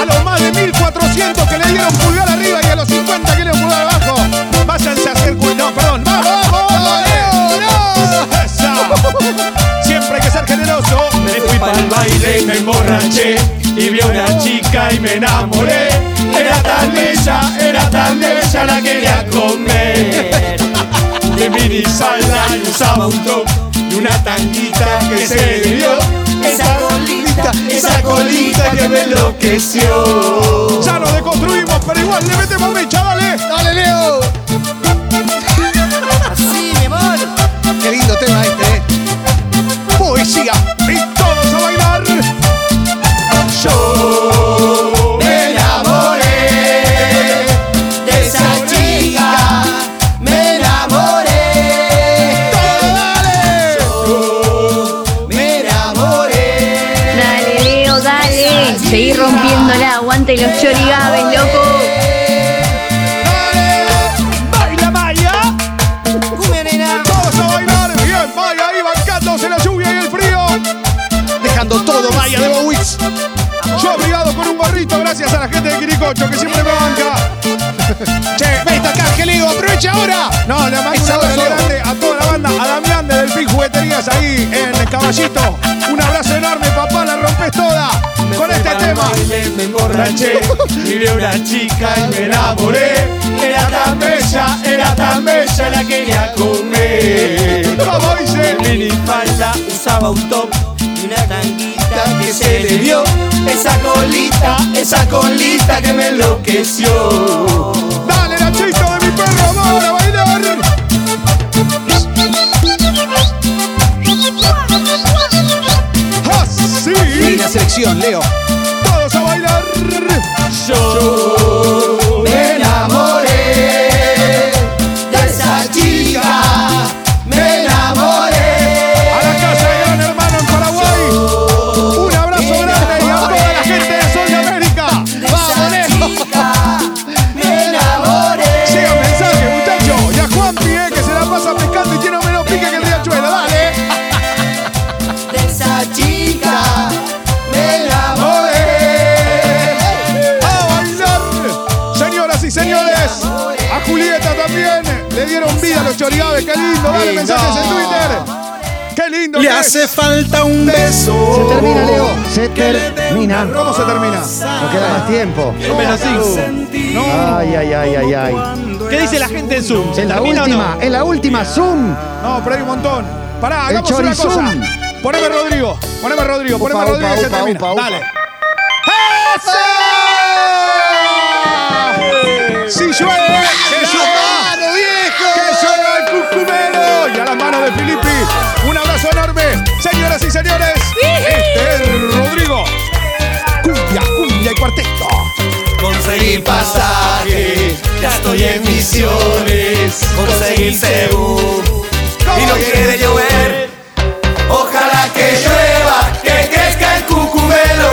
S4: a los más de 1.400 que le dieron pulgar arriba y a los 50 que le dieron pulgar abajo. Váyanse a hacer... cu- ¡No, perdón! ¡Vamos, vamos, Leo! ¡No! ¡Esa! Siempre hay que ser generoso.
S7: Me fui pa'l baile, me emborraché y vi a una chica y me enamoré. Era tan bella, era tan bella, la quería comer. De mini salda y usaba un top y una tanguita que se le dio. Esa colita, esa colita que me enloqueció.
S4: Ya nos deconstruimos, pero igual le metemos mecha, chavales.
S3: ¡Dale, Leo!
S4: Así, mi amor.
S3: Qué lindo tema este, eh.
S4: Poesía. Y todos a bailar.
S7: Yo me enamoré de esa chica, me enamoré. Yo me enamoré.
S8: Dale, Leo, dale. Seguí rompiéndola. Aguante los chorigabes, loco.
S4: ¡Baila, Maya! Todos a bailar. Bien, Maya ahí bancándose la lluvia y el frío.
S3: Dejando todo, Maya de Bowitz.
S4: Yo obligado con un gorrito gracias a la gente de Quiricocho que siempre me banca. che,
S3: Vete acá, Angelito, aprovecha ahora.
S4: No, le mando
S3: Es
S4: un
S3: ahora,
S4: abrazo
S3: Leo.
S4: grande a toda la banda, a Damián de Delfín Jugueterías ahí en el Caballito. Un abrazo enorme, papá, la rompes toda con este tema.
S7: bailé, me
S4: [laughs]
S7: emborraché. Miré a una chica y me enamoré. Era tan bella, era tan bella, la quería comer. Como dice, mini falda, usaba un top y una tanguita que se le dio. Esa colita, esa colita que me enloqueció. Dale, Nachito de mi perro, vamos a bailar.
S4: Así.
S3: Y la selección, Leo.
S4: Todos Ah, a bailar.
S7: Yo me enamoré de esa chica. Me enamoré.
S4: A la casa de Gran Hermano en Paraguay. Un abrazo grande y a toda la gente de Sol de América. ¡Vamos, Leo!
S7: Me enamoré.
S4: Llega un mensaje, muchachos. Y a Juan Pigué que se la pasa pescando y tiene menos pique que el riachuelo. ¡Dale!
S7: de esa chica me enamoré.
S4: ¡A bailar! Señoras y señores, a Julieta también le dieron vida a los chorigabes. ¡Qué lindo! Dale
S7: Lindo.
S4: mensajes en Twitter. ¡Qué lindo!
S7: Le
S4: que
S7: hace
S4: es.
S7: falta un beso.
S2: Se termina, Leo. Se termina.
S4: ¿Cómo se termina?
S2: No queda más tiempo.
S5: Menos cinco.
S2: Ay, ay, ay, ay, ay.
S5: ¿Qué dice la gente en Zoom? ¿Se
S2: En la
S5: termina o no?
S2: última, en la última, Zoom.
S4: No, pero hay un montón. Pará,
S2: El
S4: hagamos una cosa.
S2: chorizum.
S4: Poneme Rodrigo. Poneme Rodrigo.
S2: Upa,
S4: Poneme
S2: upa,
S4: Rodrigo y se
S2: upa,
S4: termina.
S2: upa, upa.
S4: Dale. ¡Eso! Si llueve, que llueva. ¡Que llueva el cucumero! Y a las manos de Filippi. Un abrazo enorme. Señoras y señores, este es Rodrigo. Cumbia, cumbia y cuarteto.
S7: Conseguí pasaje, ya estoy en misiones. Conseguí Cebú y no quiere llover. Ojalá que llueva, que crezca el cucumelo.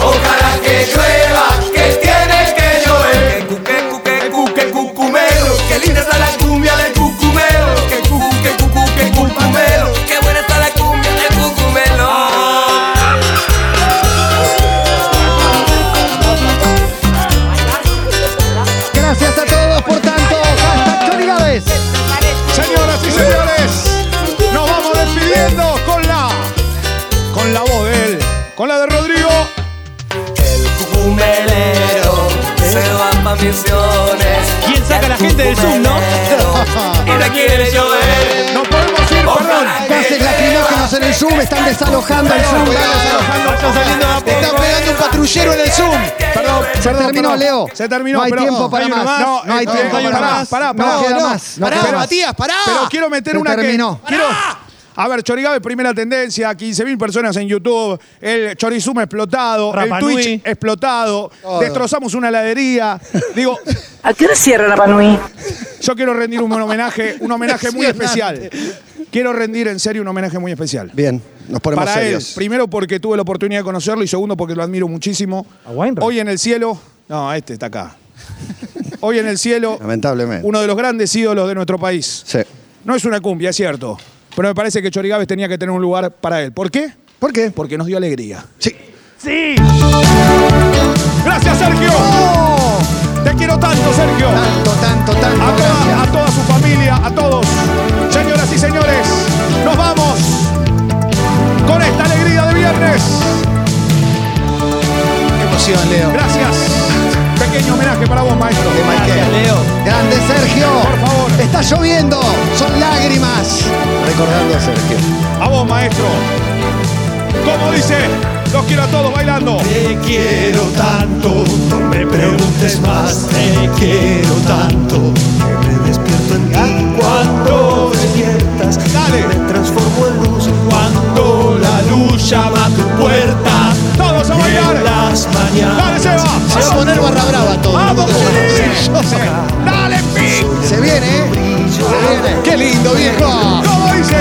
S7: Ojalá que llueva, que tiene que llover. Que cuque, cuque, cuque, cucumelo. Que linda está la cumbia del cucumelo. Que cucu, que cucu, que cucumelo. Que buena está la cumbia del cucumelo.
S2: Gracias a todos por tanto. Hasta Chori Gávez.
S4: Señoras y señores, nos vamos despidiendo con la con la voz de él, con la de Rodrigo.
S7: Cucumelero se va pa' misiones.
S5: ¿Eh? ¿Quién saca a la gente del Zoom, no?
S7: Y
S5: [laughs]
S7: no quiere llover.
S4: Nos podemos ir, perdón.
S2: Gases lacrimógenos en el Zoom. Están desalojando el Zoom.
S4: Vayan saliendo de a
S3: Te
S4: poco.
S3: está pegando un patrullero en el Zoom.
S4: Perdón,
S2: Se
S4: perdón,
S2: terminó,
S4: perdón.
S2: Leo.
S4: Se terminó,
S2: No hay
S4: pero-
S2: tiempo para
S4: hay uno
S2: más. No,
S4: No,
S2: hay
S4: eh,
S2: tiempo
S4: hay
S2: para
S4: uno
S2: más.
S4: Pará,
S2: No
S4: pará.
S2: queda más, no
S4: Pará,
S2: queda más.
S3: Matías, pará.
S4: Pero quiero meter
S2: Se
S4: una
S2: terminó.
S4: que. Quiero, a ver, Chorigabe, primera tendencia, 15.000 personas en YouTube, el Chorizum explotado,
S5: Rapa
S4: el Twitch
S5: Nui.
S4: explotado,
S3: Todo.
S4: destrozamos una heladería. Digo,
S21: ¿A qué hora cierra la Panui?
S4: Yo quiero rendir un homenaje, un homenaje muy especial. Quiero rendir en serio un homenaje muy especial.
S2: Bien, nos ponemos
S4: Para él,
S2: serios.
S4: primero porque tuve la oportunidad de conocerlo y segundo porque lo admiro muchísimo. Hoy en el cielo, no, este está acá. Hoy en
S2: [laughs]
S4: el cielo,
S2: Lamentablemente.
S4: uno de los grandes ídolos de nuestro país.
S2: Sí.
S4: No es una cumbia, es cierto, pero me parece que Chorigaves tenía que tener un lugar para él. ¿Por qué?
S2: ¿Por qué?
S4: Porque nos dio alegría.
S2: Sí.
S4: ¡Sí! ¡Gracias, Sergio! Te quiero tanto, Sergio.
S3: Tanto, tanto, tanto.
S4: A toda,
S3: gracias.
S4: a toda su familia, a todos. Señoras y señores, nos vamos con esta alegría de viernes.
S3: Qué emoción, Leo.
S4: Gracias. Pequeño homenaje para vos, maestro.
S3: De Michael.
S5: Leo.
S2: Grande Sergio.
S4: Por favor.
S2: Está lloviendo. Son lágrimas. Recordando a Sergio.
S4: A vos, maestro. Como dice, los quiero a todos bailando.
S7: Te quiero tanto, no me preguntes más. Te quiero tanto, que me despierto en ti. Cuando despiertas,
S4: Dale.
S7: me transformo en luz. Cuando la luz llama a tu puerta,
S4: Todos a
S7: y en
S4: bailar.
S7: las
S4: Dale,
S7: mañanas.
S4: Seba.
S3: Se va a poner barra brava todo.
S4: Vamos,
S3: Sí.
S4: Juli. Dale, Pi.
S3: Se viene, ¿eh? Se viene. Qué lindo, viejo.
S4: Como dice.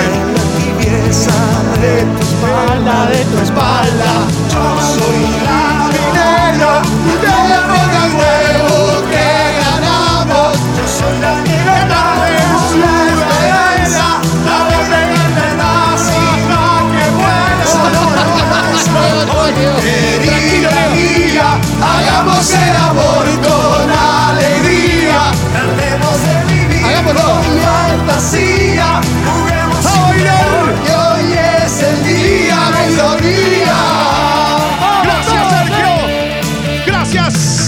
S7: Tibieza de tu espalda, de tu espalda. Yo soy la minera de los huevos que ganamos. Yo soy la minera de la esperanza, la botella de la cima que vuelve. Querida mía, hagamos el amor con alegría. Cantemos de vivir
S3: Hagámoslo.
S7: con fantasía. Juguemos
S4: ¡A bailar!
S7: y hoy es el día, mediodía.
S4: ¡Gracias, Sergio!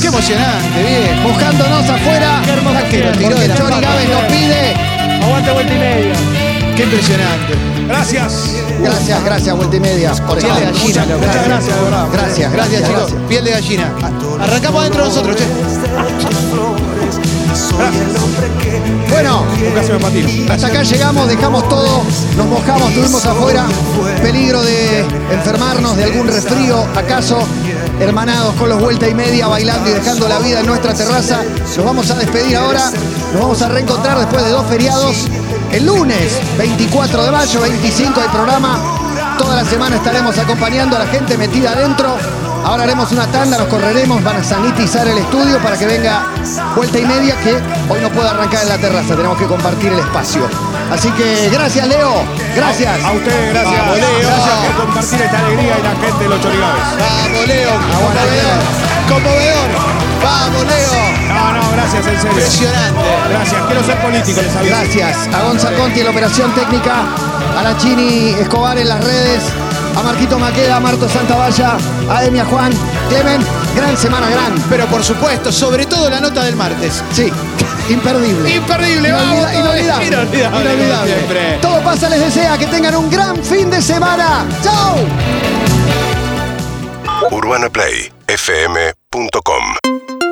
S3: emocionante, bien. Buscándonos afuera. que lo tiró de Chori Gávez, lo pide.
S4: Aguante vuelta y media.
S3: Qué impresionante.
S4: Gracias.
S2: Gracias, gracias, vuelta y media. Por
S3: Piel de
S2: ejemplo.
S3: gallina, loco.
S4: muchas gracias, de verdad.
S3: Gracias, gracias, chicos. Piel de gallina. Arrancamos adentro nosotros, che.
S2: Bueno, hasta acá llegamos, dejamos todo, nos mojamos, estuvimos afuera, peligro de enfermarnos de algún resfrío, acaso, hermanados con los vuelta y media, bailando y dejando la vida en nuestra terraza. Nos vamos a despedir ahora, nos vamos a reencontrar después de dos feriados. El lunes, 24 de mayo, 25 hay programa. Toda la semana estaremos acompañando a la gente metida adentro. Ahora haremos una tanda, nos correremos, van a sanitizar el estudio para que venga vuelta y media que hoy no puedo arrancar en la terraza, tenemos que compartir el espacio. Así que gracias Leo, gracias.
S4: A ustedes, gracias.
S2: Vamos, Leo.
S4: Gracias por
S2: Ah.
S4: compartir esta alegría y la gente de los chorigaves.
S3: Vamos, Leo. Conmovedor. Conmovedor. Vamos, Leo.
S4: No, no, gracias, en serio.
S3: Impresionante.
S4: Gracias. Quiero ser político, les aviso.
S2: Gracias a Gonza Conti en la operación técnica, a la Chini Escobar en las redes, a Marquito Maqueda, a Marto Santavalla, a Demia Juan, Clemen, gran semana, gran.
S3: Pero por supuesto, sobre todo la nota del martes.
S2: Sí, imperdible.
S3: Imperdible,
S2: Inolvida-
S3: vamos. todavía.
S2: inolvidable.
S3: Inolvidable.
S2: Inolvidable.
S3: Siempre.
S2: Todo pasa, les desea que tengan un gran fin de semana. ¡Chao!
S6: UrbanaPlayFM.com